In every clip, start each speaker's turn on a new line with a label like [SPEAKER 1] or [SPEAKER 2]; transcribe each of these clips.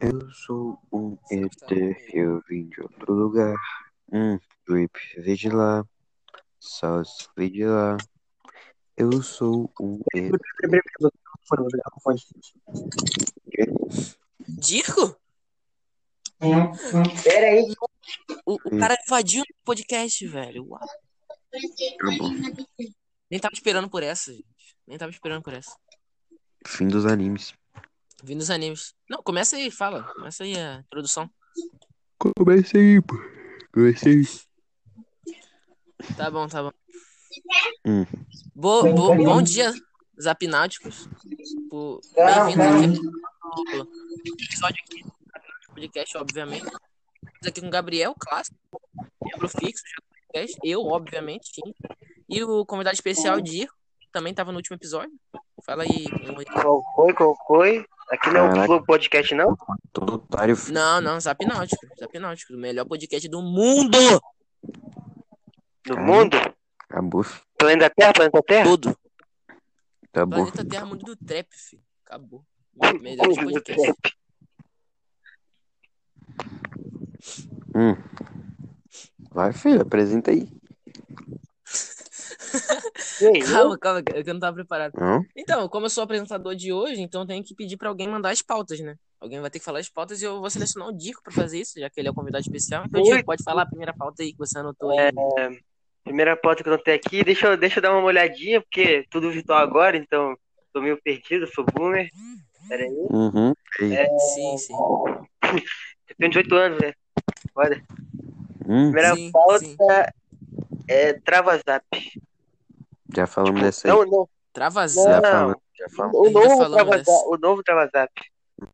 [SPEAKER 1] Eu sou um ET, eu vim de outro lugar. Hum, Drip, vem de lá. Sauce, vem de lá. Eu sou um ET.
[SPEAKER 2] Dirco?
[SPEAKER 3] Pera aí.
[SPEAKER 2] O, o cara invadiu o podcast, velho. Uau.
[SPEAKER 1] Tá bom.
[SPEAKER 2] Nem tava esperando por essa, gente. Nem tava esperando por essa.
[SPEAKER 1] Fim dos animes.
[SPEAKER 2] Vindo os animes. Não, começa aí, fala. Começa aí a introdução.
[SPEAKER 1] Comecei, aí, pô. Comecei.
[SPEAKER 2] Tá bom, tá bom.
[SPEAKER 1] Hum.
[SPEAKER 2] Bo, bo- bom dia, Zapináuticos. Tipo, Bem-vindo aqui ao episódio aqui do Zapináutico podcast, obviamente. Estamos aqui com o Gabriel, clássico, membro fixo já do podcast. Eu, obviamente, sim. E o convidado especial, Dir, que também estava no último episódio. Fala aí. como é.
[SPEAKER 3] Cocoi, cocoi. Aqui não é o
[SPEAKER 1] Caraca.
[SPEAKER 3] Flow Podcast, não?
[SPEAKER 1] Todo otário. f-
[SPEAKER 2] Não, não, Zapináutico. Zapináutico, o melhor podcast do mundo!
[SPEAKER 3] Do
[SPEAKER 1] Ah.
[SPEAKER 3] mundo?
[SPEAKER 1] Acabou, f-
[SPEAKER 3] Planeta Terra, planeta Terra?
[SPEAKER 2] Todo.
[SPEAKER 1] acabou.
[SPEAKER 2] Planeta Terra, mundo do trap, filho. Acabou. Melhor
[SPEAKER 3] Mundo do
[SPEAKER 2] podcast.
[SPEAKER 3] trap.
[SPEAKER 1] Vai, filho, apresenta aí.
[SPEAKER 3] E aí,
[SPEAKER 2] Calma, calma, que eu não tava preparado.
[SPEAKER 1] Não?
[SPEAKER 2] Então, como eu sou apresentador de hoje, então eu tenho que pedir pra alguém mandar as pautas, né? Alguém vai ter que falar as pautas e eu vou selecionar o Dirco pra fazer isso, já que ele é o convidado especial. Então,
[SPEAKER 3] Oi. É.
[SPEAKER 2] Dirco, pode falar a primeira pauta aí que você anotou aí.
[SPEAKER 3] Primeira pauta que eu não tenho aqui, deixa eu, deixa eu dar uma olhadinha, porque tudo virtual agora, então tô meio perdido, sou boomer. Pera aí.
[SPEAKER 1] Uhum.
[SPEAKER 2] Sim, sim.
[SPEAKER 3] Eu tenho 18 anos, né? Olha.
[SPEAKER 1] Hum,
[SPEAKER 3] Primeira
[SPEAKER 2] Sim,
[SPEAKER 3] pauta
[SPEAKER 2] sim.
[SPEAKER 3] é Travazap.
[SPEAKER 1] já falamos dessa aí.
[SPEAKER 3] Não, não,
[SPEAKER 2] Travazar.
[SPEAKER 1] Já
[SPEAKER 3] não.
[SPEAKER 1] falamos, já falamos.
[SPEAKER 3] O
[SPEAKER 2] Ainda
[SPEAKER 3] novo,
[SPEAKER 2] falamos
[SPEAKER 3] Travazap,
[SPEAKER 2] dessa.
[SPEAKER 3] o novo Travazap.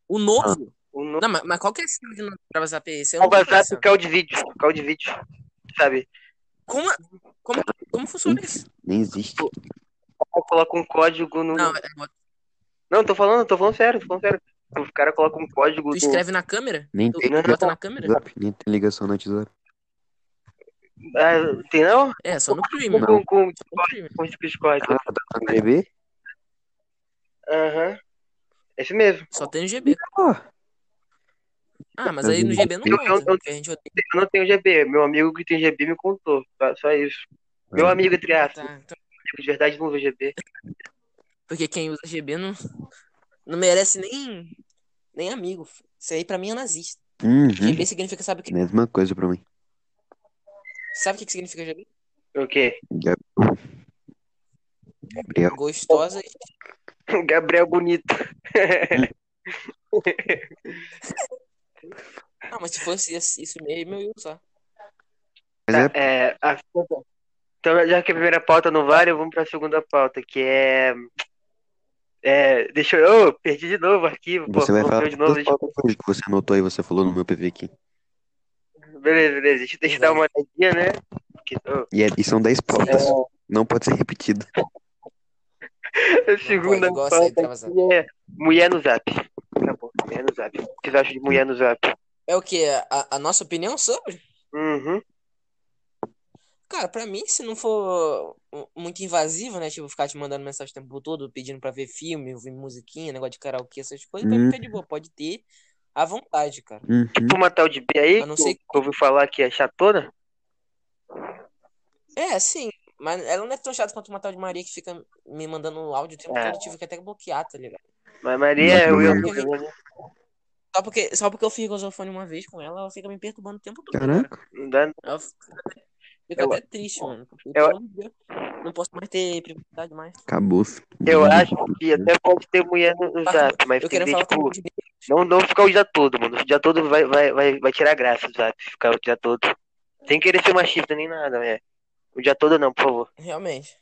[SPEAKER 2] O novo.
[SPEAKER 3] O novo
[SPEAKER 2] Não, mas, mas qual que é esse nome de novo Travazap aí? Esse é o
[SPEAKER 3] Travazap, Ah. que é o de vídeo. Que é o de vídeo. Sabe?
[SPEAKER 2] Como, como, como funciona isso?
[SPEAKER 1] Nem existe.
[SPEAKER 3] Eu coloco um código no.
[SPEAKER 2] Não,
[SPEAKER 3] Não,
[SPEAKER 2] é-
[SPEAKER 3] tô falando, tô falando sério, tô falando sério. Os caras colocam um código
[SPEAKER 2] tu
[SPEAKER 3] no-
[SPEAKER 2] escreve na câmera?
[SPEAKER 1] Nem
[SPEAKER 2] Tu
[SPEAKER 1] tem
[SPEAKER 3] Não,
[SPEAKER 2] bota na câmera?
[SPEAKER 1] WhatsApp, nem tem ligação no WhatsApp.
[SPEAKER 3] Ah, tem não?
[SPEAKER 2] É, só no
[SPEAKER 3] Com,
[SPEAKER 2] Premium. Só
[SPEAKER 3] com, com,
[SPEAKER 2] no Premium.
[SPEAKER 3] com tipo os Discord.
[SPEAKER 1] Ah, tá falando de bebê?
[SPEAKER 3] Aham. É isso mesmo.
[SPEAKER 2] Só tem no GB.
[SPEAKER 1] Ah,
[SPEAKER 2] Ah, mas aí no GB não
[SPEAKER 3] Eu- eu-
[SPEAKER 2] conta,
[SPEAKER 3] eu-
[SPEAKER 2] porque a gente vai ter que
[SPEAKER 3] Eu não tenho GB. Meu amigo que tem GB me contou. Só, só isso. Meu
[SPEAKER 1] Ah.
[SPEAKER 3] amigo, entre aspas.
[SPEAKER 2] contar. Então,
[SPEAKER 3] De verdade, não usa GB.
[SPEAKER 2] Porque quem usa GB não, não merece nem, nem amigo. filho. Isso aí pra mim é nazista.
[SPEAKER 1] uhum.
[SPEAKER 3] Hum.
[SPEAKER 2] GB significa, sabe o que?
[SPEAKER 1] Mesma coisa pra mim.
[SPEAKER 2] Sabe o que que significa GB?
[SPEAKER 3] O quê?
[SPEAKER 1] Já-
[SPEAKER 3] É.
[SPEAKER 1] Gabriel.
[SPEAKER 2] Gostosa. e-
[SPEAKER 3] Gabriel Bonito.
[SPEAKER 2] Ah, mas se fosse esse- isso mesmo, eu ia usar.
[SPEAKER 1] Mas é
[SPEAKER 3] É, a- Então, já que a primeira pauta não vale, vamos pra segunda pauta, que é. é, deixa eu. Ô, perdi de novo o arquivo.
[SPEAKER 1] Você
[SPEAKER 3] pô,
[SPEAKER 1] vai
[SPEAKER 3] não
[SPEAKER 1] falar
[SPEAKER 3] deu de novo.
[SPEAKER 1] duas
[SPEAKER 3] deixa-
[SPEAKER 1] palavras que você anotou aí, você falou no meu PV aqui.
[SPEAKER 3] Beleza, beleza. Deixa, deixa eu dar uma olhadinha, né? Porque, ô,
[SPEAKER 1] E, é- e são 10 pautas.
[SPEAKER 3] é,
[SPEAKER 1] Não pode ser repetido.
[SPEAKER 3] a segunda
[SPEAKER 2] igual essa aí,
[SPEAKER 3] pauta
[SPEAKER 2] Travazap.
[SPEAKER 3] aqui é mulher no zap. Acabou, mulher no zap. O que vocês acham de mulher no zap?
[SPEAKER 2] É o que? A, a nossa opinião sobre?
[SPEAKER 3] Uhum.
[SPEAKER 2] Cara, pra mim, se não for mu- muito invasivo, né? Tipo, ficar te mandando mensagem o tempo todo, pedindo pra ver filme, ouvir musiquinha, negócio de karaokê, essas coisas, pra
[SPEAKER 1] Hum.
[SPEAKER 2] mim tá de boa. Pode ter à vontade, cara.
[SPEAKER 1] Uhum.
[SPEAKER 3] Tipo uma tal de B aí,
[SPEAKER 2] Eu não
[SPEAKER 3] que
[SPEAKER 2] sei-
[SPEAKER 3] eu- que eu ouvi falar que é chatona.
[SPEAKER 2] É, sim. Mas ela não é tão chata quanto uma tal de Maria que fica me mandando um áudio o tempo
[SPEAKER 3] É.
[SPEAKER 2] todo. Eu tive que até bloquear, tá ligado?
[SPEAKER 3] Mas Maria é
[SPEAKER 1] Não,
[SPEAKER 3] o
[SPEAKER 1] não.
[SPEAKER 3] Yamil, né?
[SPEAKER 2] Só porque, só porque eu fiz gozofone uma vez com ela, ela fica me perturbando o tempo todo. cara.
[SPEAKER 1] Caraca.
[SPEAKER 3] Não dá.
[SPEAKER 2] Ela fica, fica
[SPEAKER 3] Eu-
[SPEAKER 2] até triste, mano. Porque,
[SPEAKER 3] eu-
[SPEAKER 2] pelo amor de Deus, Não posso mais ter privacidade mais.
[SPEAKER 1] Acabou.
[SPEAKER 3] Eu acho que até pode ter mulher no, no zap, mas
[SPEAKER 2] Eu
[SPEAKER 3] tem
[SPEAKER 2] quero
[SPEAKER 3] que
[SPEAKER 2] falar com
[SPEAKER 3] tipo,
[SPEAKER 2] o de
[SPEAKER 3] Não, não ficar o dia todo, mano. O dia todo vai, vai, vai, vai tirar graça, sabe? Ficar o dia todo. Sem querer ser machista nem nada, né? O dia todo não, por favor.
[SPEAKER 2] Realmente.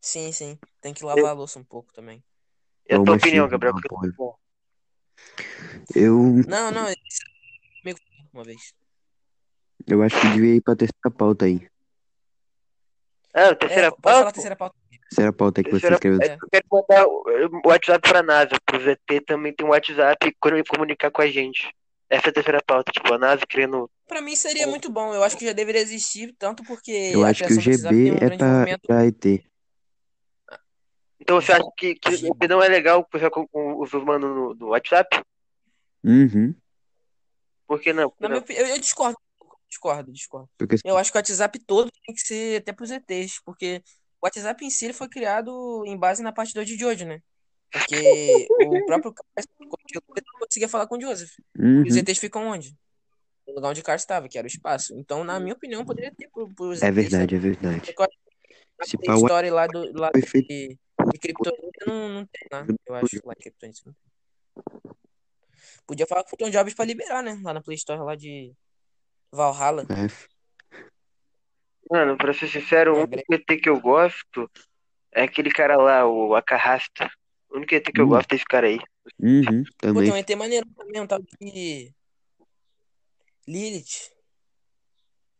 [SPEAKER 2] Sim, sim. Tem que lavar a louça um pouco também.
[SPEAKER 3] É a
[SPEAKER 1] Não,
[SPEAKER 3] tua
[SPEAKER 1] mas
[SPEAKER 3] opinião,
[SPEAKER 1] sim,
[SPEAKER 3] Gabriel.
[SPEAKER 1] não
[SPEAKER 3] porque-
[SPEAKER 1] pode. Eu,
[SPEAKER 2] Não, não. isso é Comigo uma vez.
[SPEAKER 1] eu acho que devia ir pra terceira pauta aí.
[SPEAKER 3] Ah,
[SPEAKER 2] É,
[SPEAKER 3] terceira
[SPEAKER 2] pode
[SPEAKER 3] pauta?
[SPEAKER 2] falar a terceira pauta.
[SPEAKER 1] Terceira pauta que você
[SPEAKER 3] Terceira-
[SPEAKER 1] escreveu.
[SPEAKER 2] É.
[SPEAKER 3] Eu quero mandar o eh, o WhatsApp pra NASA. Pro VT também tem um WhatsApp quando comunicar com a gente. Essa é a terceira pauta. Tipo, a NASA querendo.
[SPEAKER 2] Pra mim seria muito bom. Eu acho que já deveria existir, tanto porque
[SPEAKER 1] Eu
[SPEAKER 2] É, a
[SPEAKER 1] acho que o
[SPEAKER 2] criação do WhatsApp tem
[SPEAKER 1] GB
[SPEAKER 2] um
[SPEAKER 1] é
[SPEAKER 2] grande
[SPEAKER 1] pra,
[SPEAKER 2] movimento.
[SPEAKER 1] pra ET.
[SPEAKER 3] Então você acha que, que, que não é legal o pessoal com, com, o mano no, no WhatsApp?
[SPEAKER 1] Uhum.
[SPEAKER 3] Por que não? Por que
[SPEAKER 2] Na minha
[SPEAKER 3] não?
[SPEAKER 2] opi- eu, eu discordo, discordo, discordo.
[SPEAKER 1] Porque
[SPEAKER 2] Eu acho que o WhatsApp todo tem que ser até pros ETs, porque o WhatsApp em si ele foi criado em base na parte 2 de Jojo, né? Porque o próprio Carlos não conseguia falar com o Joseph. E os
[SPEAKER 1] Uhum.
[SPEAKER 2] ETs ficam onde? No lugar onde o Carlos estava, que era o espaço. Então,
[SPEAKER 3] Uhum.
[SPEAKER 2] na minha opinião, poderia ter pro- pros
[SPEAKER 1] É
[SPEAKER 2] ETs,
[SPEAKER 1] verdade, é verdade. Se
[SPEAKER 2] A
[SPEAKER 1] pau é Uhum.
[SPEAKER 2] história lá do lá
[SPEAKER 1] foi feito
[SPEAKER 2] de, de Kryptonita não, não tem lá, eu acho, lá em Kryptonita. não tem. Podia falar com o Tom Jobs pra liberar, né? Lá na Play Store lá de Valhalla.
[SPEAKER 1] né?
[SPEAKER 3] Mano, pra ser sincero, o
[SPEAKER 2] Uma
[SPEAKER 3] único
[SPEAKER 2] grande-
[SPEAKER 3] ET que eu gosto é aquele cara lá, o Acarrasta. O único ET que eu
[SPEAKER 1] Hum.
[SPEAKER 3] gosto é esse cara aí.
[SPEAKER 1] Uhum,
[SPEAKER 2] Pô,
[SPEAKER 1] também.
[SPEAKER 2] tem um ET maneiro também, um tal de Lilith.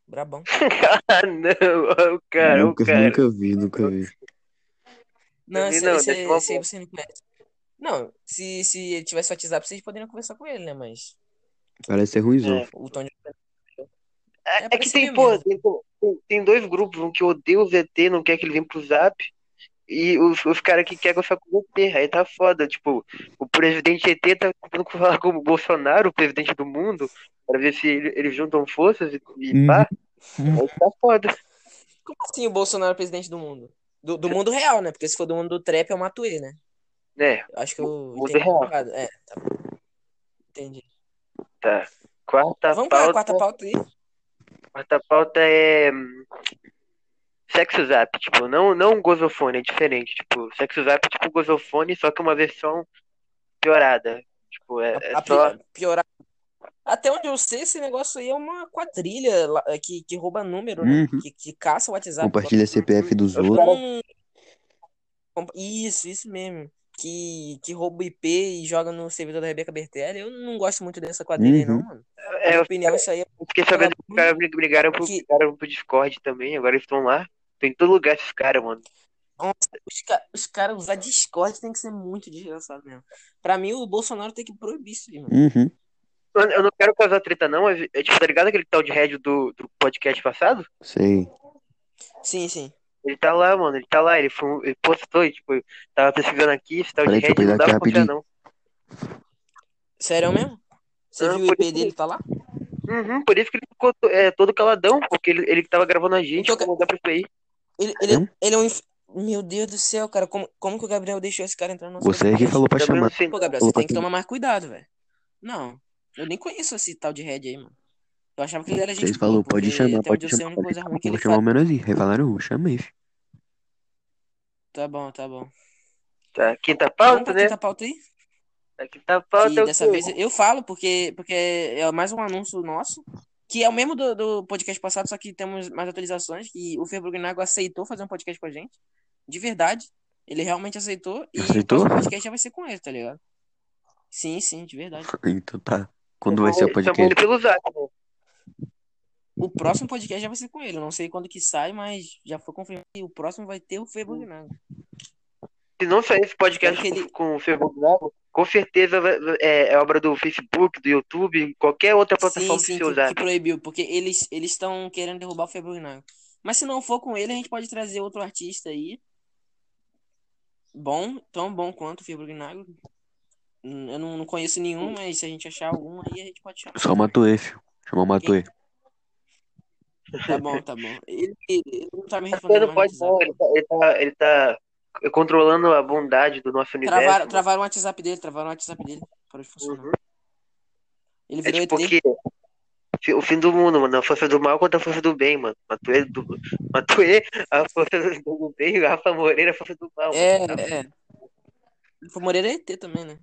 [SPEAKER 2] Brabão.
[SPEAKER 3] ah, não, ó, o cara, o
[SPEAKER 1] Nunca,
[SPEAKER 3] cara.
[SPEAKER 1] nunca vi, nunca vi.
[SPEAKER 2] Não,
[SPEAKER 3] vi
[SPEAKER 2] esse,
[SPEAKER 3] não,
[SPEAKER 2] esse,
[SPEAKER 3] deixa eu um
[SPEAKER 2] esse aí você não conhece. Não, se, se ele tivesse WhatsApp, vocês poderiam conversar com ele, né? Mas
[SPEAKER 1] Parece ser ruimzão.
[SPEAKER 3] É.
[SPEAKER 2] o Tom Jobs
[SPEAKER 3] É,
[SPEAKER 2] é
[SPEAKER 3] é que
[SPEAKER 2] parecido
[SPEAKER 3] tem, pô,
[SPEAKER 2] mesmo.
[SPEAKER 3] tem, tem- tem dois grupos, um que odeia o ZT, não quer que ele venha pro Zap, e os, os caras que querem conversar com o ET, aí tá foda, tipo, o presidente ET tá tentando falar com o Bolsonaro, o presidente do mundo, pra ver se ele- eles juntam forças e, e pá, aí tá foda.
[SPEAKER 2] Como assim o Bolsonaro é presidente do mundo? Do, do mundo real, né? Porque se for do mundo do trap, eu mato ele, né?
[SPEAKER 3] É,
[SPEAKER 2] Eu acho que eu
[SPEAKER 3] mundo
[SPEAKER 2] entendi
[SPEAKER 3] real,
[SPEAKER 2] errado. É, tá, entendi.
[SPEAKER 3] tá. Quarta
[SPEAKER 2] Vamos para a
[SPEAKER 3] pauta,
[SPEAKER 2] quarta pauta aí.
[SPEAKER 3] quarta pauta é hum, sexo Zap, tipo, não, não gozofone, é diferente, tipo, sexo Zap é tipo gozofone, só que uma versão piorada, tipo, é,
[SPEAKER 2] A,
[SPEAKER 3] é
[SPEAKER 2] a pi-
[SPEAKER 3] só...
[SPEAKER 2] a piorar. Até onde eu sei, esse negócio aí é uma quadrilha lá- é, que, que rouba número, né?
[SPEAKER 1] Uhum.
[SPEAKER 2] Que, que caça o WhatsApp.
[SPEAKER 1] Compartilha CPF dos
[SPEAKER 3] Os
[SPEAKER 1] outros.
[SPEAKER 3] caras
[SPEAKER 2] Então, compa- isso, isso mesmo. Que, que rouba IP e joga no servidor da Rebeca Bertelli. Eu não gosto muito dessa quadrilha aí, não,
[SPEAKER 1] Uhum.
[SPEAKER 2] mano. Na
[SPEAKER 3] É,
[SPEAKER 2] minha
[SPEAKER 3] eu
[SPEAKER 2] opinião, isso aí é
[SPEAKER 3] fiquei sabendo que os
[SPEAKER 2] vagabundo
[SPEAKER 3] caras brig- brigaram pro,
[SPEAKER 2] que.
[SPEAKER 3] brigaram pro Discord também, agora eles estão lá. Tem em todo lugar esses caras, mano.
[SPEAKER 2] Nossa, os, ca- os caras usar Discord tem que ser muito desgraçado mesmo. Pra mim, o Bolsonaro tem que proibir isso aí, mano.
[SPEAKER 1] Uhum.
[SPEAKER 3] Mano, Eu não quero causar treta, não. mas, É, tipo, tá ligado aquele tal de rédeo do, do podcast passado?
[SPEAKER 1] Sei.
[SPEAKER 2] Sim, sim.
[SPEAKER 3] Ele tá lá, mano. Ele tá lá. Ele, foi, um- ele postou e, tipo, eu tava pesquisando aqui, esse tal de
[SPEAKER 1] Peraí, deixa eu
[SPEAKER 3] rédeo
[SPEAKER 1] pegar
[SPEAKER 3] não dá
[SPEAKER 1] aqui
[SPEAKER 3] pra confiar,
[SPEAKER 1] rapidinho.
[SPEAKER 3] não.
[SPEAKER 2] Sério mesmo? Você
[SPEAKER 3] Ah,
[SPEAKER 2] viu o
[SPEAKER 3] por
[SPEAKER 2] IP
[SPEAKER 3] isso,
[SPEAKER 2] dele, tá lá?
[SPEAKER 3] que- Uhum, por isso que ele ficou to- é, todo caladão, porque ele, ele tava gravando a gente
[SPEAKER 2] Então,
[SPEAKER 3] pra mandar pro FBI.
[SPEAKER 2] Ele,
[SPEAKER 1] Mesmo?
[SPEAKER 2] ele, ele é um. inf- Meu Deus do céu, cara, como, como que o Gabriel deixou esse cara entrar no nosso
[SPEAKER 1] Você é que
[SPEAKER 2] podcast?
[SPEAKER 1] falou pra
[SPEAKER 3] Também
[SPEAKER 1] chamar.
[SPEAKER 3] não sei,
[SPEAKER 2] Pô,
[SPEAKER 3] não.
[SPEAKER 2] Gabriel,
[SPEAKER 1] Falou
[SPEAKER 2] você
[SPEAKER 1] pra
[SPEAKER 2] tem que
[SPEAKER 1] tu.
[SPEAKER 2] tomar mais cuidado, velho. Não, eu nem conheço esse tal de Red aí, mano. Eu achava que ele era
[SPEAKER 1] Vocês
[SPEAKER 2] gente boa,
[SPEAKER 1] falou, pode
[SPEAKER 2] porque
[SPEAKER 1] chamar,
[SPEAKER 2] até onde
[SPEAKER 1] pode
[SPEAKER 2] eu sei,
[SPEAKER 1] chamar,
[SPEAKER 2] a única
[SPEAKER 1] pode
[SPEAKER 2] coisa
[SPEAKER 1] chamar.
[SPEAKER 2] ruim que
[SPEAKER 1] Vou
[SPEAKER 2] ele
[SPEAKER 1] chamar
[SPEAKER 2] faz.
[SPEAKER 1] o menorzinho. Aí falaram, eu chamei. fi.
[SPEAKER 2] Tá bom, tá bom.
[SPEAKER 3] Tá, quinta
[SPEAKER 2] Vamos
[SPEAKER 3] pauta,
[SPEAKER 2] pra
[SPEAKER 3] né?
[SPEAKER 2] quinta pauta aí?
[SPEAKER 3] A quinta pauta
[SPEAKER 2] Que
[SPEAKER 3] é o
[SPEAKER 2] dessa
[SPEAKER 3] quê?
[SPEAKER 2] vez eu falo, porque, porque é mais um anúncio nosso, que é o mesmo do, do podcast passado, só que temos mais atualizações, que o Ferbrugnago aceitou fazer um podcast com a gente, de verdade. Ele realmente aceitou, e o
[SPEAKER 1] Aceitou?
[SPEAKER 2] próximo podcast já vai ser com ele, tá ligado? Sim, sim, de verdade.
[SPEAKER 1] Então tá. Quando vai ser o
[SPEAKER 3] Chamou, chamou
[SPEAKER 1] podcast?
[SPEAKER 3] ele pelo zap, né?
[SPEAKER 2] O próximo podcast já vai ser com ele. Eu não sei quando que sai, mas já foi confirmado que o próximo vai ter o Ferbrugnago.
[SPEAKER 3] Se não sair esse
[SPEAKER 2] Espero
[SPEAKER 3] podcast
[SPEAKER 2] que ele.
[SPEAKER 3] com, com o Fernando Lago, com certeza vai- vai- é, é obra do Facebook, do YouTube, qualquer outra
[SPEAKER 2] Sim,
[SPEAKER 3] plataforma que
[SPEAKER 2] sim, que,
[SPEAKER 3] você usar.
[SPEAKER 2] que proibiu, porque eles eles estão querendo derrubar o Ferbrugnago. Mas se não for com ele, a gente pode trazer outro artista aí. Bom, tão bom quanto o Ferbrugnago. Hum, Eu não, não conheço nenhum, mas se a gente achar algum aí, a gente pode chamar.
[SPEAKER 1] Só o Matuê, filho. Chamar o
[SPEAKER 2] Quem?
[SPEAKER 1] Matuê.
[SPEAKER 2] Tá bom, tá bom. Ele, ele não tá me
[SPEAKER 3] Ele
[SPEAKER 2] respondendo
[SPEAKER 3] não
[SPEAKER 2] mais no
[SPEAKER 3] pode, não.
[SPEAKER 2] WhatsApp.
[SPEAKER 3] Ele tá, ele tá- ele tá controlando a bondade do nosso universo,
[SPEAKER 2] Travaram,
[SPEAKER 3] mano.
[SPEAKER 2] travaram o WhatsApp dele, travaram o WhatsApp dele. Parou de funcionar.
[SPEAKER 3] né? Uhum.
[SPEAKER 2] Ele
[SPEAKER 3] É
[SPEAKER 2] virou
[SPEAKER 3] tipo
[SPEAKER 2] ET.
[SPEAKER 3] que fi- o fim do mundo, mano. A força do mal contra a força do bem, mano. Matuê, do, Matuê a força do bem, Rafa Moreira, a força do mal, mano. Tá?
[SPEAKER 2] É, é. O Moreira é ET também, né?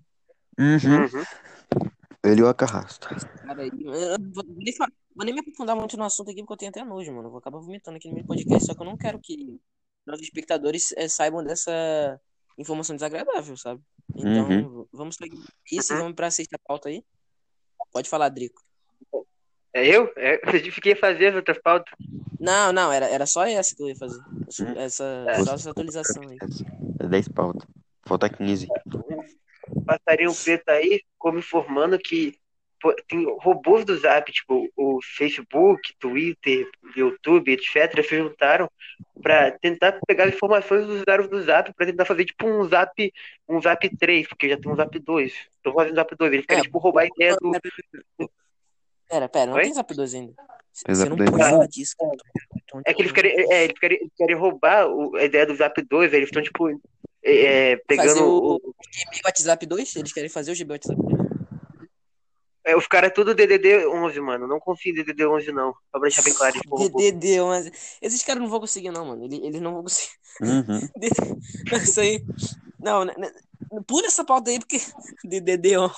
[SPEAKER 1] Uhum.
[SPEAKER 3] Uhum.
[SPEAKER 1] Ele e o Acarrasta.
[SPEAKER 2] Esse cara aí. Eu eu não vou nem, fa- vou nem me aprofundar muito no assunto aqui, porque eu tenho até nojo, mano. Eu vou acabar vomitando aqui no meio do podcast, só que eu não quero que nossos espectadores eh, saibam dessa informação desagradável, sabe?
[SPEAKER 1] Uhum.
[SPEAKER 2] Então, v- vamos seguir isso e
[SPEAKER 3] Uhum.
[SPEAKER 2] vamos pra sexta pauta aí. Pode falar, Drico.
[SPEAKER 3] É eu? É, eu fiquei fazer as outras pautas.
[SPEAKER 2] Não, não, era, era só essa que eu ia fazer.
[SPEAKER 1] Hum.
[SPEAKER 2] Essa,
[SPEAKER 3] Tá.
[SPEAKER 2] só essa
[SPEAKER 1] Você-
[SPEAKER 2] atualização aí.
[SPEAKER 1] É 10 pautas. Falta 15.
[SPEAKER 3] passarinho preto aí ficou me informando que pô, tem robôs do Zap, tipo o Facebook, Twitter, YouTube, etc, se juntaram para tentar pegar as informações dos usuários do Zap para tentar fazer tipo um Zap, um Zap 3, porque já tem um Zap 2. Tô fazendo Zap 2, eles querem
[SPEAKER 2] É,
[SPEAKER 3] tipo roubar a ideia do
[SPEAKER 2] Pera, pera, não
[SPEAKER 3] Oi?
[SPEAKER 2] tem Zap 2 ainda.
[SPEAKER 1] Tem
[SPEAKER 2] Você
[SPEAKER 1] Zap
[SPEAKER 2] não
[SPEAKER 1] 2
[SPEAKER 2] pode
[SPEAKER 3] ainda.
[SPEAKER 2] falar disso, cara.
[SPEAKER 3] É que eles querem, é, eles querem, eles querem roubar o- a ideia do Zap 2, aí eles estão, tipo, é, é,
[SPEAKER 2] Fazer
[SPEAKER 3] pegando.
[SPEAKER 2] o-
[SPEAKER 3] o-
[SPEAKER 2] GB WhatsApp 2? Eles querem fazer o GB WhatsApp 2.
[SPEAKER 3] é, os caras é tudo DDD 11, mano. Não confio em DDD 11, não. Só pra deixar bem claro. Tipo, robô.
[SPEAKER 2] DDD 11. Esses caras não vão conseguir, não, mano. Eles, eles não vão conseguir.
[SPEAKER 1] Uhum.
[SPEAKER 2] Não, Isso aí. Não, né, né, pula essa pauta aí, porque. DDD 11.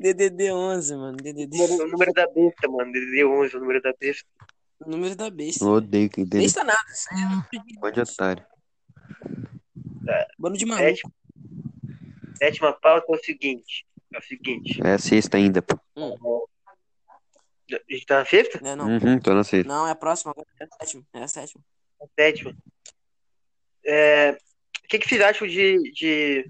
[SPEAKER 2] DDD 11, mano. DDD.
[SPEAKER 3] Mano, o número da besta, mano. DDD 11, o número da besta.
[SPEAKER 2] Número da besta.
[SPEAKER 1] Eu odeio quem dele.
[SPEAKER 2] Besta nada. Isso aí é número de-
[SPEAKER 1] Bando de otário.
[SPEAKER 2] bando de maluco.
[SPEAKER 3] Sétima, sétima pauta é o seguinte. É o seguinte.
[SPEAKER 1] É a sexta ainda, pô.
[SPEAKER 3] A gente tá na sexta?
[SPEAKER 2] Né, não.
[SPEAKER 1] Uhum, tô na sexta.
[SPEAKER 2] Não, é a próxima. agora É a sétima. É a sétima.
[SPEAKER 3] Sétima. É, o que, que vocês acham de, de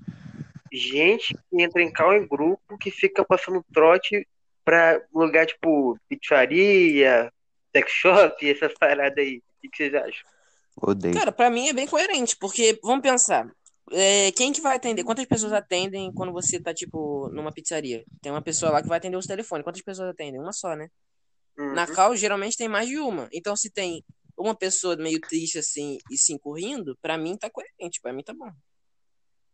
[SPEAKER 3] gente que entra em cal em grupo que fica passando trote pra lugar tipo pizzaria, sex shop, essas paradas aí? O que, que vocês acham?
[SPEAKER 1] Odeio.
[SPEAKER 2] Cara, pra mim é bem coerente, porque, vamos pensar, é, quem que vai atender? Quantas pessoas atendem quando você tá, tipo, numa pizzaria? Tem uma pessoa lá que vai atender o seu telefone. Quantas pessoas atendem? Uma só, né?
[SPEAKER 3] Uhum.
[SPEAKER 2] Na cal, geralmente tem mais de uma. Então, se tem uma pessoa meio triste, assim, e cinco rindo, pra mim tá coerente, pra mim tá bom.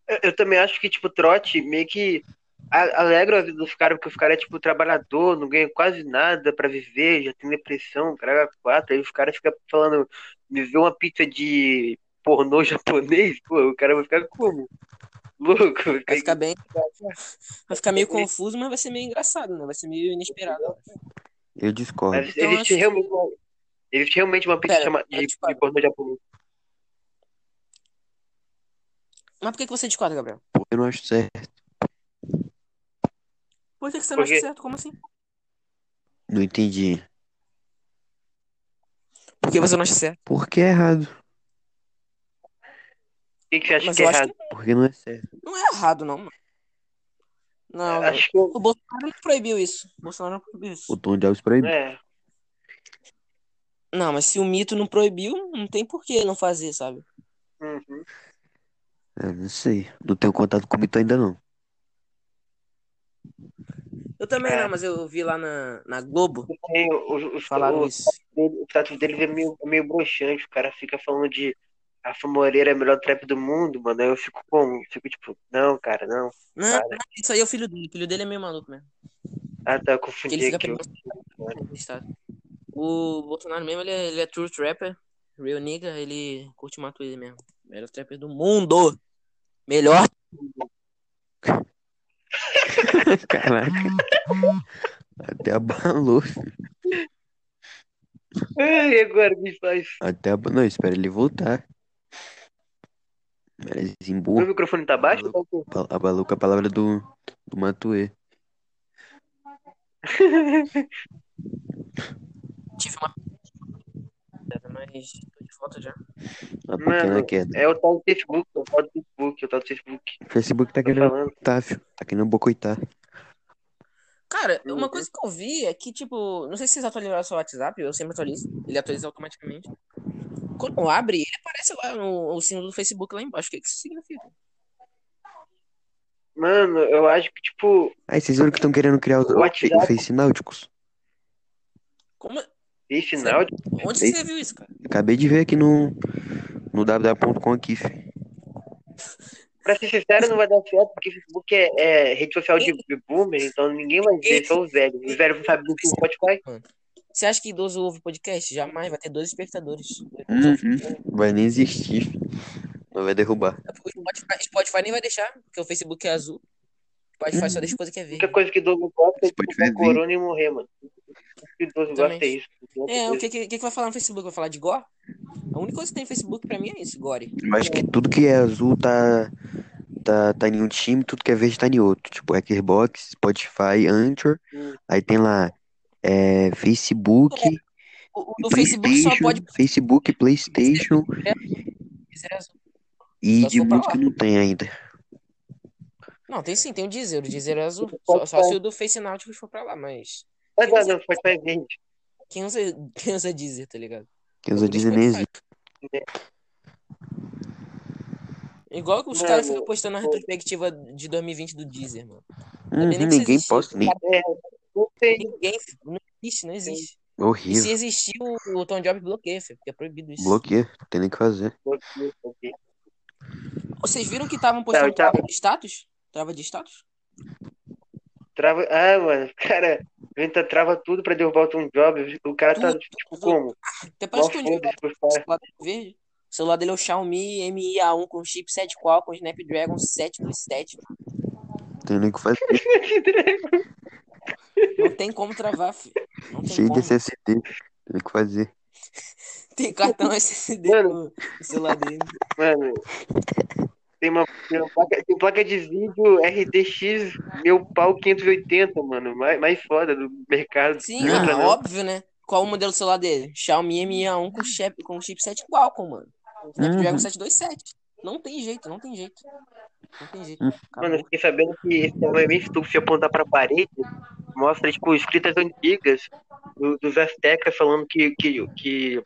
[SPEAKER 3] Eu, eu também acho que, tipo, trote meio que a- alegra a vida dos caras, porque os caras é, tipo, trabalhador, não ganha quase nada pra viver, já tem depressão, caralho, quatro, aí os caras ficam falando, me vê uma pizza de pornô japonês, pô, o cara vai ficar como? Louco,
[SPEAKER 2] Vai ficar bem... Vai ficar
[SPEAKER 3] É,
[SPEAKER 2] meio confuso, mas vai ser meio engraçado, né? Vai ser meio inesperado.
[SPEAKER 1] Eu discordo.
[SPEAKER 3] Mas
[SPEAKER 2] Então,
[SPEAKER 3] existe,
[SPEAKER 2] assim-
[SPEAKER 3] realmente uma, existe realmente uma pizza
[SPEAKER 2] Pera,
[SPEAKER 3] chamada
[SPEAKER 2] eu
[SPEAKER 3] de,
[SPEAKER 2] te falo.
[SPEAKER 3] de pornô japonês.
[SPEAKER 2] Mas por que, que você discorda, Gabriel?
[SPEAKER 1] Pô, eu não acho certo.
[SPEAKER 2] Por que, que você não acha
[SPEAKER 3] Porque-
[SPEAKER 2] certo? Como assim?
[SPEAKER 1] Não entendi.
[SPEAKER 2] Por que você não acha certo?
[SPEAKER 1] Por que é errado?
[SPEAKER 3] O que, que você acha
[SPEAKER 2] Mas
[SPEAKER 3] que é
[SPEAKER 2] eu acho
[SPEAKER 3] errado?
[SPEAKER 1] Por que não é certo?
[SPEAKER 2] Não é errado, não, mano. Não,
[SPEAKER 3] É, Acho que eu-
[SPEAKER 2] O Bolsonaro não proibiu isso. O Bolsonaro não proibiu isso.
[SPEAKER 1] O Tom de Alves proibiu.
[SPEAKER 2] né?
[SPEAKER 3] é,
[SPEAKER 2] Não, mas se o mito não proibiu, não tem por que não fazer, sabe?
[SPEAKER 3] uhum.
[SPEAKER 1] Eu Ah, não sei. Não tenho contato com o Mito ainda, não.
[SPEAKER 2] Eu também
[SPEAKER 3] É.
[SPEAKER 2] não, mas eu vi lá na, na Globo
[SPEAKER 3] Tem o- os-
[SPEAKER 2] falaram
[SPEAKER 3] os-
[SPEAKER 2] isso.
[SPEAKER 3] dele- o status dele é meio, é meio broxante. O cara fica falando de Rafa Moreira é a melhor trap do mundo, mano. Aí eu fico como? Eu fico tipo, não, cara, não.
[SPEAKER 2] Não,
[SPEAKER 3] Cara.
[SPEAKER 2] não, isso aí é o filho dele. O filho dele é meio maluco mesmo.
[SPEAKER 3] Ah, tá, eu
[SPEAKER 2] Que ele
[SPEAKER 3] confundi
[SPEAKER 2] fica
[SPEAKER 3] aqui.
[SPEAKER 2] pegando entrevistado. O Bolsonaro mesmo, ele é, ele é true trapper. Real nigga, ele curte uma coisa mesmo. Melhor trapper do mundo. Melhor.
[SPEAKER 1] Caraca. Até abalou.
[SPEAKER 3] Ai, agora me faz.
[SPEAKER 1] Até abalou. Não, espera ele voltar. Mas
[SPEAKER 3] Meu
[SPEAKER 1] emburra.
[SPEAKER 3] microfone tá baixo? Tá ok.
[SPEAKER 1] Abalou com a palavra do, do Matuê.
[SPEAKER 2] Tive uma. Mas tô de volta já.
[SPEAKER 1] Uma pequena
[SPEAKER 3] Mano,
[SPEAKER 1] queda.
[SPEAKER 3] é o tal do Facebook, é o tal do Facebook, é o tal do Facebook.
[SPEAKER 1] O Facebook tá
[SPEAKER 3] Tô
[SPEAKER 1] querendo
[SPEAKER 3] falando.
[SPEAKER 1] Otávio. Tá querendo bocoitar.
[SPEAKER 2] Cara, uma
[SPEAKER 3] Uhum.
[SPEAKER 2] coisa que eu vi é que, tipo, não sei se vocês atualizaram o seu WhatsApp, eu sempre atualizo, ele atualiza automaticamente. Quando abre, ele aparece lá no, o símbolo do Facebook lá embaixo. O que que isso significa?
[SPEAKER 3] Mano, eu acho que, tipo,
[SPEAKER 1] Aí vocês viram que estão querendo criar os,
[SPEAKER 3] WhatsApp.
[SPEAKER 1] os Face Náuticos?
[SPEAKER 2] Como,
[SPEAKER 3] esse sinal.
[SPEAKER 2] onde que você viu isso, cara?
[SPEAKER 1] Acabei de ver aqui no, no www.com aqui. fi.
[SPEAKER 3] Pra ser sincero, não vai dar certo, porque Facebook é, é rede social de, de boomer, então ninguém vai ver, só os velhos. Os velhos não sabem do que o Spotify.
[SPEAKER 2] Você acha que idoso ouve podcast? Jamais, vai ter dois espectadores.
[SPEAKER 1] Uhum. Vai nem existir. fi. Não vai derrubar.
[SPEAKER 2] É porque o Spotify, Spotify nem vai deixar, porque o Facebook é azul. O Spotify só
[SPEAKER 1] Uhum.
[SPEAKER 2] deixa coisa que é
[SPEAKER 3] A única
[SPEAKER 2] verde.
[SPEAKER 3] coisa que idoso gosta é de
[SPEAKER 1] Spotify
[SPEAKER 3] pegar
[SPEAKER 1] vem.
[SPEAKER 3] corona e morrer, mano. O que idoso gosta é
[SPEAKER 2] Também.
[SPEAKER 3] isso. não tem
[SPEAKER 2] É, o
[SPEAKER 3] outra
[SPEAKER 2] que, que, que vai falar no Facebook? Vai falar de gore? A única coisa que tem no Facebook pra mim é isso, gore.
[SPEAKER 1] Eu acho que tudo que é azul tá, tá, tá em um time, tudo que é verde tá em outro. Tipo, Xbox, Spotify, Anchor.
[SPEAKER 3] coisa.
[SPEAKER 1] Aí tem lá é, Facebook,
[SPEAKER 2] O, o do Facebook
[SPEAKER 1] PlayStation,
[SPEAKER 2] só pode
[SPEAKER 1] Facebook, PlayStation
[SPEAKER 2] ser é azul.
[SPEAKER 1] e
[SPEAKER 2] Só se
[SPEAKER 1] de
[SPEAKER 2] for pra
[SPEAKER 1] música
[SPEAKER 2] lá.
[SPEAKER 1] não tem ainda.
[SPEAKER 2] Não, tem sim, tem o Dizeiro. O Dizeiro é azul. Só, só se o do Face Náuticos for pra lá, mas.
[SPEAKER 3] Mas não, não, pode mais verde.
[SPEAKER 2] Quem usa, quem usa Deezer, tá ligado?
[SPEAKER 1] Quem usa Disney nem existe.
[SPEAKER 2] Igual que os
[SPEAKER 3] Mano,
[SPEAKER 2] caras ficam postando a retrospectiva de 2020 do Deezer, mano.
[SPEAKER 1] Uhum,
[SPEAKER 2] nem que
[SPEAKER 1] ninguém
[SPEAKER 2] existe.
[SPEAKER 1] posta, nem.
[SPEAKER 3] Não sei.
[SPEAKER 2] Ninguém. Não existe, não existe. E se
[SPEAKER 1] Horrível.
[SPEAKER 2] existir, o, o Tom Job bloqueia, filho, porque é proibido isso.
[SPEAKER 1] Bloqueia, não tem nem o que fazer.
[SPEAKER 2] Vocês viram que estavam postando
[SPEAKER 3] Tá, tá.
[SPEAKER 2] trava de status? Trava de status?
[SPEAKER 3] Trava... Ah, mano, cara, o Inter trava tudo pra derrubar o Tom Jobs. O cara tá,
[SPEAKER 2] Tudo,
[SPEAKER 3] tipo,
[SPEAKER 2] tudo.
[SPEAKER 3] como?
[SPEAKER 2] Até parece
[SPEAKER 3] Mó
[SPEAKER 2] que o Tom Job
[SPEAKER 3] foda-se pros
[SPEAKER 2] o
[SPEAKER 3] caras.
[SPEAKER 2] celular dele é verde. O celular dele é o Xiaomi MIA1 com chipset Qualcomm Snapdragon 727.
[SPEAKER 1] Não tem nem o que fazer.
[SPEAKER 2] Não tem como travar, filho. Não tem
[SPEAKER 1] Cheio de
[SPEAKER 2] como.
[SPEAKER 1] SSD. Não tem o que fazer.
[SPEAKER 2] Tem cartão SSD
[SPEAKER 3] Mano.
[SPEAKER 2] no no celular dele.
[SPEAKER 3] Mano, tem uma, tem uma placa, tem placa de vídeo RTX, meu pau 580, mano. Mais, mais foda do mercado.
[SPEAKER 2] Sim,
[SPEAKER 1] Não,
[SPEAKER 2] ah,
[SPEAKER 3] Outra não.
[SPEAKER 2] óbvio, né? Qual o modelo do celular dele? Xiaomi MIA1 com, chip, com chipset Qualcomm, mano. Snapdragon
[SPEAKER 1] Uhum.
[SPEAKER 2] 727. Não tem jeito, não tem jeito. Não tem
[SPEAKER 1] Hum.
[SPEAKER 2] jeito.
[SPEAKER 3] Mano, eu
[SPEAKER 2] Acabou.
[SPEAKER 3] fiquei sabendo que esse tamanho bem estúpido, se apontar pra parede, mostra, tipo, escritas antigas do- dos astecas falando que, que, que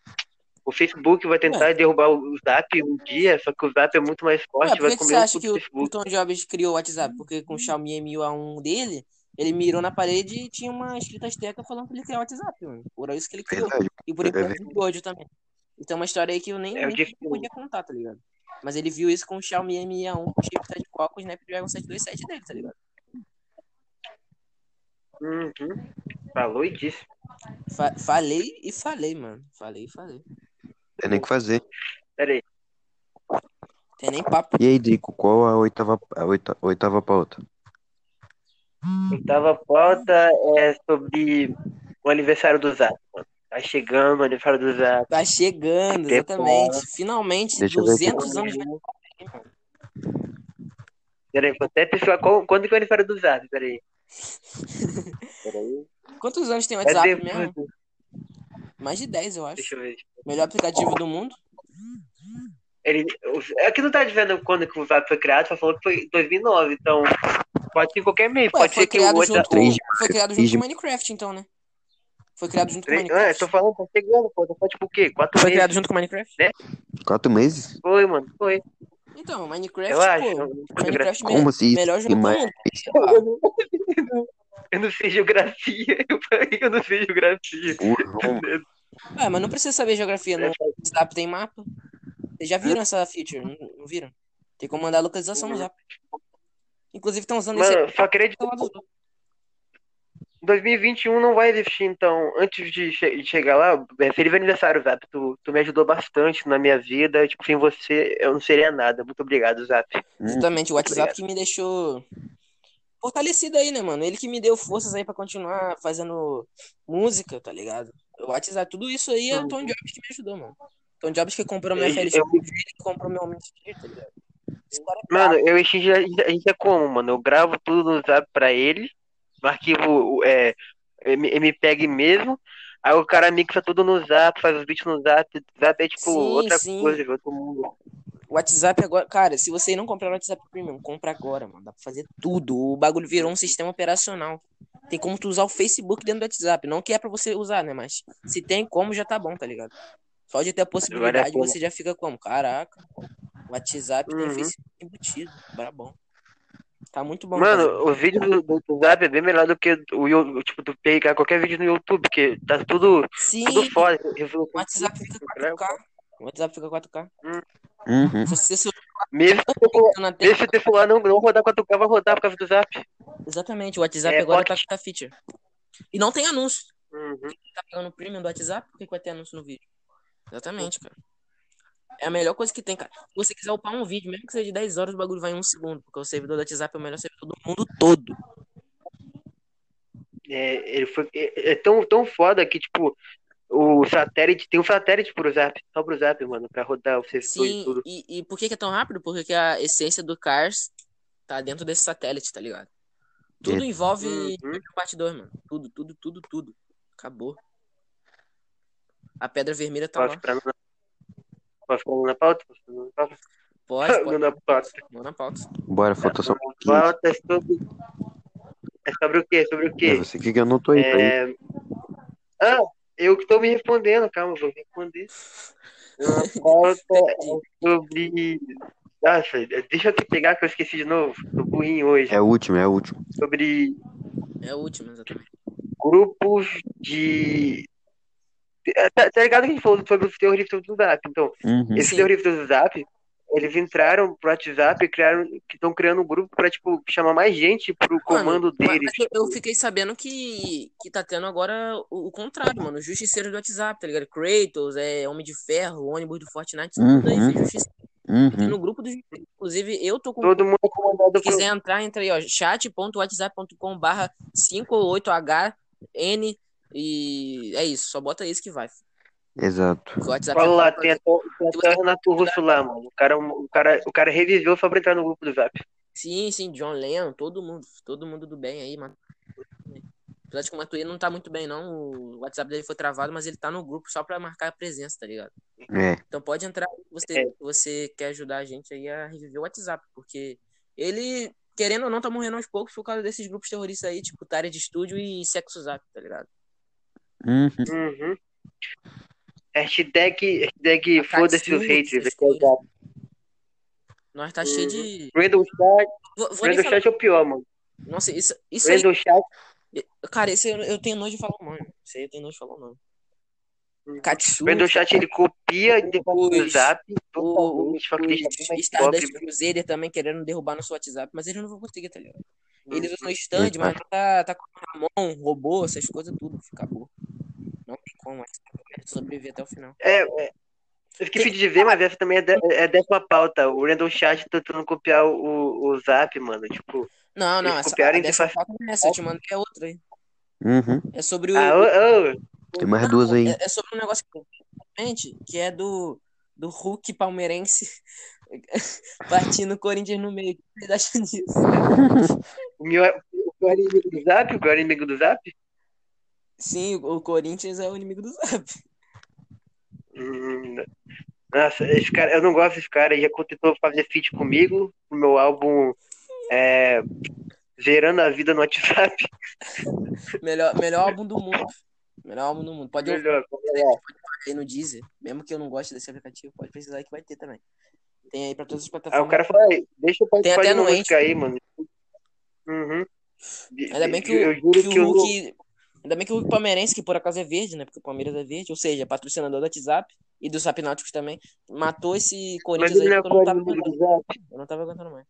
[SPEAKER 3] o Facebook vai tentar
[SPEAKER 2] Ué.
[SPEAKER 3] derrubar o Zap um dia, só que o Zap é muito mais
[SPEAKER 2] Ué,
[SPEAKER 3] forte,
[SPEAKER 2] por
[SPEAKER 3] vai
[SPEAKER 2] que, que você
[SPEAKER 3] comer o
[SPEAKER 2] acha
[SPEAKER 3] cu
[SPEAKER 2] que
[SPEAKER 3] do
[SPEAKER 2] o, o
[SPEAKER 3] Facebook. Hum.
[SPEAKER 2] Tom Jobs criou o WhatsApp? Porque com o Xiaomi MIA1 dele, ele mirou na parede e tinha uma escrita asteca falando que ele criou o WhatsApp, mano. Por isso que ele criou.
[SPEAKER 1] Verdade.
[SPEAKER 2] E por
[SPEAKER 1] É
[SPEAKER 2] enquanto
[SPEAKER 1] verdade.
[SPEAKER 2] do ódio também. Então é uma história aí que eu nem,
[SPEAKER 3] É o
[SPEAKER 2] nem
[SPEAKER 3] dia que-
[SPEAKER 2] podia contar, tá ligado? Mas ele viu isso com o Xiaomi MIA1 com chipset Qualcomm Snapdragon 727 dele, tá ligado?
[SPEAKER 3] Uhum. Falou e disse.
[SPEAKER 2] Fa- falei e falei, mano. Falei e falei.
[SPEAKER 1] Não tem nem o que fazer.
[SPEAKER 3] Pera aí.
[SPEAKER 2] Tem nem papo.
[SPEAKER 1] E aí, Dico, qual a oitava, a oita- oitava pauta?
[SPEAKER 3] Oitava pauta é sobre o aniversário do Zap, mano. Tá chegando o aniversário do Zap.
[SPEAKER 2] Tá chegando, exatamente. Finalmente,
[SPEAKER 1] Deixa eu ver aqui.
[SPEAKER 2] 200 anos.
[SPEAKER 3] Uhum.
[SPEAKER 2] vai- é
[SPEAKER 3] Pera aí, vou até pesquisar qual- quando que é o aniversário do Zap, pera aí. Pera aí.
[SPEAKER 2] Quantos anos tem o
[SPEAKER 3] É
[SPEAKER 2] WhatsApp mesmo?
[SPEAKER 3] depois,
[SPEAKER 2] Mais de 10, eu
[SPEAKER 3] deixa
[SPEAKER 2] acho.
[SPEAKER 3] eu ver.
[SPEAKER 2] Melhor aplicativo do mundo.
[SPEAKER 3] Ele, o- é que não tá dizendo quando que o Zap foi criado, só falou que foi em 2009, então pode ser em qualquer mês,
[SPEAKER 2] Ué,
[SPEAKER 3] pode
[SPEAKER 2] foi
[SPEAKER 3] ser que o
[SPEAKER 2] criado
[SPEAKER 3] outro...
[SPEAKER 2] junto com.
[SPEAKER 1] Três de
[SPEAKER 2] Foi criado
[SPEAKER 1] três
[SPEAKER 2] junto
[SPEAKER 1] de-
[SPEAKER 2] com Minecraft, então, né? Foi criado junto com
[SPEAKER 3] Três, ah, eu tô
[SPEAKER 2] Minecraft.
[SPEAKER 3] falando, tá chegando, pô, tá tipo o quê? Quatro
[SPEAKER 2] Foi
[SPEAKER 3] meses.
[SPEAKER 2] criado junto com Minecraft?
[SPEAKER 1] Quatro meses?
[SPEAKER 3] Foi, mano, foi.
[SPEAKER 2] Então,
[SPEAKER 3] Eu
[SPEAKER 2] Minecraft,
[SPEAKER 3] acho.
[SPEAKER 2] pô. Minecraft me... é
[SPEAKER 1] Como assim? se isso
[SPEAKER 2] melhor
[SPEAKER 1] tem
[SPEAKER 2] jogo do
[SPEAKER 1] mais?
[SPEAKER 2] mundo.
[SPEAKER 3] Eu não,
[SPEAKER 2] é
[SPEAKER 3] eu não sei geografia. Eu falei que eu não sei geografia.
[SPEAKER 1] Uhum.
[SPEAKER 2] Ué, mas não precisa saber geografia. No WhatsApp tem mapa. Vocês já viram essa feature? Não, não viram? Tem como mandar localização no
[SPEAKER 3] Uhum.
[SPEAKER 2] Zap. Inclusive, estão usando esse aí
[SPEAKER 3] Mano, só acredito
[SPEAKER 2] do lado dos outros.
[SPEAKER 3] que 2021 não vai existir, então, antes de che- chegar lá, é, feliz aniversário, Zap. Tu, tu me ajudou bastante na minha vida. Tipo, sem você, eu não seria nada. Muito obrigado, Zap.
[SPEAKER 1] Hum,
[SPEAKER 2] Justamente, o
[SPEAKER 3] Muito
[SPEAKER 2] WhatsApp
[SPEAKER 3] obrigado.
[SPEAKER 2] que me deixou fortalecido aí, né, mano? Ele que me deu forças aí pra continuar fazendo música, tá ligado? O WhatsApp, tudo isso aí é o Tom Jobs que me ajudou, mano. Tom Jobs que comprou minha
[SPEAKER 3] Eu-
[SPEAKER 2] feliz
[SPEAKER 3] eu-
[SPEAKER 2] que comprou meu momento de tá ligado? Esse cara é
[SPEAKER 3] Mano,
[SPEAKER 2] brabo.
[SPEAKER 3] eu exige a gente a gente é como, mano? Eu gravo tudo no zap pra ele, no arquivo é, M- MPEG mesmo, aí o cara mixa tudo no zap, faz os beats no zap, zap é tipo
[SPEAKER 2] Sim,
[SPEAKER 3] outra
[SPEAKER 2] sim.
[SPEAKER 3] coisa, de outro mundo.
[SPEAKER 2] O WhatsApp agora, cara, se você não comprar o WhatsApp Premium, compra agora, mano. Dá pra fazer tudo. O bagulho virou um sistema operacional. Tem como tu usar o Facebook dentro do WhatsApp. Não que é pra você usar, né? Mas se tem como, já tá bom, tá ligado? Só de ter
[SPEAKER 3] é
[SPEAKER 2] a
[SPEAKER 3] Vale a
[SPEAKER 2] possibilidade,
[SPEAKER 3] pena.
[SPEAKER 2] você já fica como? Caraca, o WhatsApp tem
[SPEAKER 3] Uhum.
[SPEAKER 2] Facebook embutido. Brabão. Tá muito bom de fazer.
[SPEAKER 3] Mano, o vídeo do, do do zap é bem melhor do que o Yo- tipo, tu pegar qualquer vídeo no YouTube, porque tá tudo, tudo
[SPEAKER 2] Sim,
[SPEAKER 3] foda,
[SPEAKER 2] o
[SPEAKER 3] resolução
[SPEAKER 2] WhatsApp fica
[SPEAKER 3] grava.
[SPEAKER 2] 4K. O WhatsApp fica 4K.
[SPEAKER 1] uhum.
[SPEAKER 2] Se você se
[SPEAKER 3] Mesmo se o celular-
[SPEAKER 2] na tela,
[SPEAKER 3] mesmo se o teu celular não, não rodar 4K, vai rodar por causa do zap.
[SPEAKER 2] exatamente, o WhatsApp
[SPEAKER 3] É,
[SPEAKER 2] agora tá
[SPEAKER 3] pocket.
[SPEAKER 2] com a feature. E não tem anúncio.
[SPEAKER 3] Uhum.
[SPEAKER 2] tá pegando o premium do WhatsApp, por que que vai ter anúncio no vídeo? Exatamente, cara. É a melhor coisa que tem, cara. Se você quiser upar um vídeo, mesmo que seja de 10 horas, o bagulho vai em um segundo, porque o servidor do WhatsApp é o melhor servidor do mundo todo.
[SPEAKER 3] É, ele foi, é, é tão, tão foda que, tipo, o satélite, tem um satélite pro Zap, só pro Zap, mano, pra rodar o servidor e
[SPEAKER 2] Sim,
[SPEAKER 3] tudo.
[SPEAKER 2] e, e por que que é tão rápido? Porque que a essência do Cars tá dentro desse satélite, tá ligado? Tudo
[SPEAKER 1] É.
[SPEAKER 2] envolve
[SPEAKER 3] Uhum.
[SPEAKER 2] parte 2, mano. Tudo, tudo, tudo, tudo. Acabou. A pedra vermelha tá
[SPEAKER 3] Posso
[SPEAKER 2] lá.
[SPEAKER 3] pra, posso pra na pauta? Posso pra na pauta?
[SPEAKER 2] Pode, pode.
[SPEAKER 3] Manda pauta.
[SPEAKER 2] Manda pauta.
[SPEAKER 1] Bora, falta só
[SPEAKER 3] Pauta é sobre. É sobre o quê? Sobre o
[SPEAKER 1] É
[SPEAKER 3] quê?
[SPEAKER 1] você que anotou aí, tá aí.
[SPEAKER 3] É... Ah, eu que tô me respondendo, calma, vou me responder. Uma pauta é sobre. Nossa, deixa eu te pegar que eu esqueci de novo. Tô burrinho hoje.
[SPEAKER 1] É o último, é o último.
[SPEAKER 3] Sobre
[SPEAKER 2] É o último, exatamente.
[SPEAKER 3] grupos de. Tá, tá ligado que a gente falou sobre os terroristas do Zap? Então,
[SPEAKER 1] Uhum.
[SPEAKER 3] esses
[SPEAKER 2] Sim.
[SPEAKER 3] terroristas do Zap, eles entraram pro WhatsApp e criaram, que estão criando um grupo pra, tipo, chamar mais gente pro comando
[SPEAKER 2] Mas- é
[SPEAKER 3] deles.
[SPEAKER 2] mas eu eu fiquei sabendo que, que tá tendo agora o, o contrário, mano. Os justiceiros do WhatsApp, tá ligado? Kratos, é Homem de Ferro, ônibus do Fortnite, isso tudo aí,
[SPEAKER 1] Uhum.
[SPEAKER 2] fez justiça. Tem
[SPEAKER 1] Uhum.
[SPEAKER 2] no grupo dos. Inclusive, eu tô com.
[SPEAKER 3] Todo mundo é comandado
[SPEAKER 2] Se
[SPEAKER 3] por.
[SPEAKER 2] quiser entrar, entra aí, ó. chat.whatsapp.com barra 58HN e é isso, só bota isso que vai.
[SPEAKER 1] Exato.
[SPEAKER 2] Porque o WhatsApp
[SPEAKER 3] Fala lá,
[SPEAKER 2] é-
[SPEAKER 3] tem até, tem até o Renato Russo lá, mano. O cara, o, cara, o cara reviveu só pra entrar no grupo do Zap.
[SPEAKER 2] Sim, sim, John Lennon, todo mundo, todo mundo do bem aí, mano. Apesar de que o Matuê não tá muito bem, não. O WhatsApp dele foi travado, mas ele tá no grupo só pra marcar a presença, tá ligado?
[SPEAKER 1] É.
[SPEAKER 2] Então pode entrar aí, você,
[SPEAKER 3] É.
[SPEAKER 2] você quer ajudar a gente aí a reviver o WhatsApp, porque ele, querendo ou não, tá morrendo aos poucos por causa desses grupos terroristas aí, tipo Tária de Estúdio e Sexo Zap, tá ligado?
[SPEAKER 1] Uhum.
[SPEAKER 3] Uhum. Hashtag, hashtag
[SPEAKER 2] Ataque
[SPEAKER 3] foda-se os
[SPEAKER 2] símbolos,
[SPEAKER 3] haters.
[SPEAKER 2] essas
[SPEAKER 3] Aqui é o Zap.
[SPEAKER 2] Nós tá cheio de.
[SPEAKER 3] Random chat,
[SPEAKER 2] Vou, vou nem
[SPEAKER 3] random
[SPEAKER 2] falar.
[SPEAKER 3] chat é Uhum. o pior, mano.
[SPEAKER 2] Nossa, isso, isso aí.
[SPEAKER 3] Random chat.
[SPEAKER 2] Cara, isso aí eu, eu tenho nojo de falar o nome. Isso aí eu tenho nojo de falar o nome.
[SPEAKER 3] Uhum.
[SPEAKER 2] Katsu,
[SPEAKER 3] Random chat ele copia e devolve no
[SPEAKER 2] Os-
[SPEAKER 3] Zap
[SPEAKER 2] o,
[SPEAKER 3] totalmente, só que deixa tá bem né? mais pobre.
[SPEAKER 2] Stardust Crusader também querendo derrubar nosso WhatsApp, mas eles não vão conseguir, tá ligado?
[SPEAKER 3] Uhum.
[SPEAKER 2] Eles usam stand,
[SPEAKER 1] Exato.
[SPEAKER 2] mas não tá, tá com Ramon, robô, essas coisas tudo, acabou. Não tem como, mas sobreviver até o final.
[SPEAKER 3] É, é. Eu esqueci de dizer, mas essa também é, de, é décima pauta. O Random Chat tá tentando copiar o, o Zap, mano. Tipo,
[SPEAKER 2] Não, não,
[SPEAKER 3] Eles
[SPEAKER 2] essa
[SPEAKER 3] copiaram
[SPEAKER 2] a
[SPEAKER 3] e
[SPEAKER 2] dessa
[SPEAKER 3] defa-
[SPEAKER 2] foto não é essa, eu te mandei a outra aí.
[SPEAKER 1] Uhum.
[SPEAKER 2] É sobre o.
[SPEAKER 3] ah, ô, ô,
[SPEAKER 1] Tem mais duas aí.
[SPEAKER 2] É, é sobre um negócio que eu vi recentemente, que é do, do Hulk palmeirense partindo o Corinthians no meio. O que vocês acham disso?
[SPEAKER 3] o meu é- o pior inimigo do Zap, o pior inimigo do Zap.
[SPEAKER 2] Sim, o o Corinthians é o inimigo do Zap.
[SPEAKER 3] Hum, Nossa, esse cara, eu não gosto desse cara. Ele já tentou fazer feat comigo, o meu álbum é, Gerando a Vida no WhatsApp.
[SPEAKER 2] Melhor, melhor álbum do mundo. Melhor álbum do mundo. Pode ouvir
[SPEAKER 3] Melhor,
[SPEAKER 2] aí no Deezer. Mesmo que eu não goste desse aplicativo, pode precisar que vai ter também. Tem aí pra todas as
[SPEAKER 3] Aí Ah, o
[SPEAKER 2] plataformas.
[SPEAKER 3] cara fala, "Ei, deixa eu participar
[SPEAKER 2] até
[SPEAKER 3] de uma
[SPEAKER 2] no
[SPEAKER 3] música aí, mano. Uhum.
[SPEAKER 2] Ainda bem que
[SPEAKER 3] eu
[SPEAKER 2] o,
[SPEAKER 3] juro que,
[SPEAKER 2] que o
[SPEAKER 3] eu não...
[SPEAKER 2] Hulk. Ainda bem que o Hulk Palmeirense, que por acaso é verde, né? Porque o Palmeiras é verde, ou seja, patrocinador do WhatsApp e do Sapnáuticos também, matou esse
[SPEAKER 3] Mas
[SPEAKER 2] Corinthians aí
[SPEAKER 3] ele não é
[SPEAKER 2] porque eu não tava
[SPEAKER 3] pro inimigo
[SPEAKER 2] aguentando.
[SPEAKER 3] do Zap.
[SPEAKER 2] Eu não tava aguentando mais.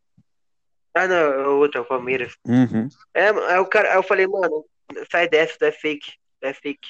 [SPEAKER 3] Ah, não, é outra, é o Palmeiras.
[SPEAKER 1] Uhum.
[SPEAKER 3] É, aí o cara, aí eu falei, mano, sai dessa, tu é fake, tu é fake.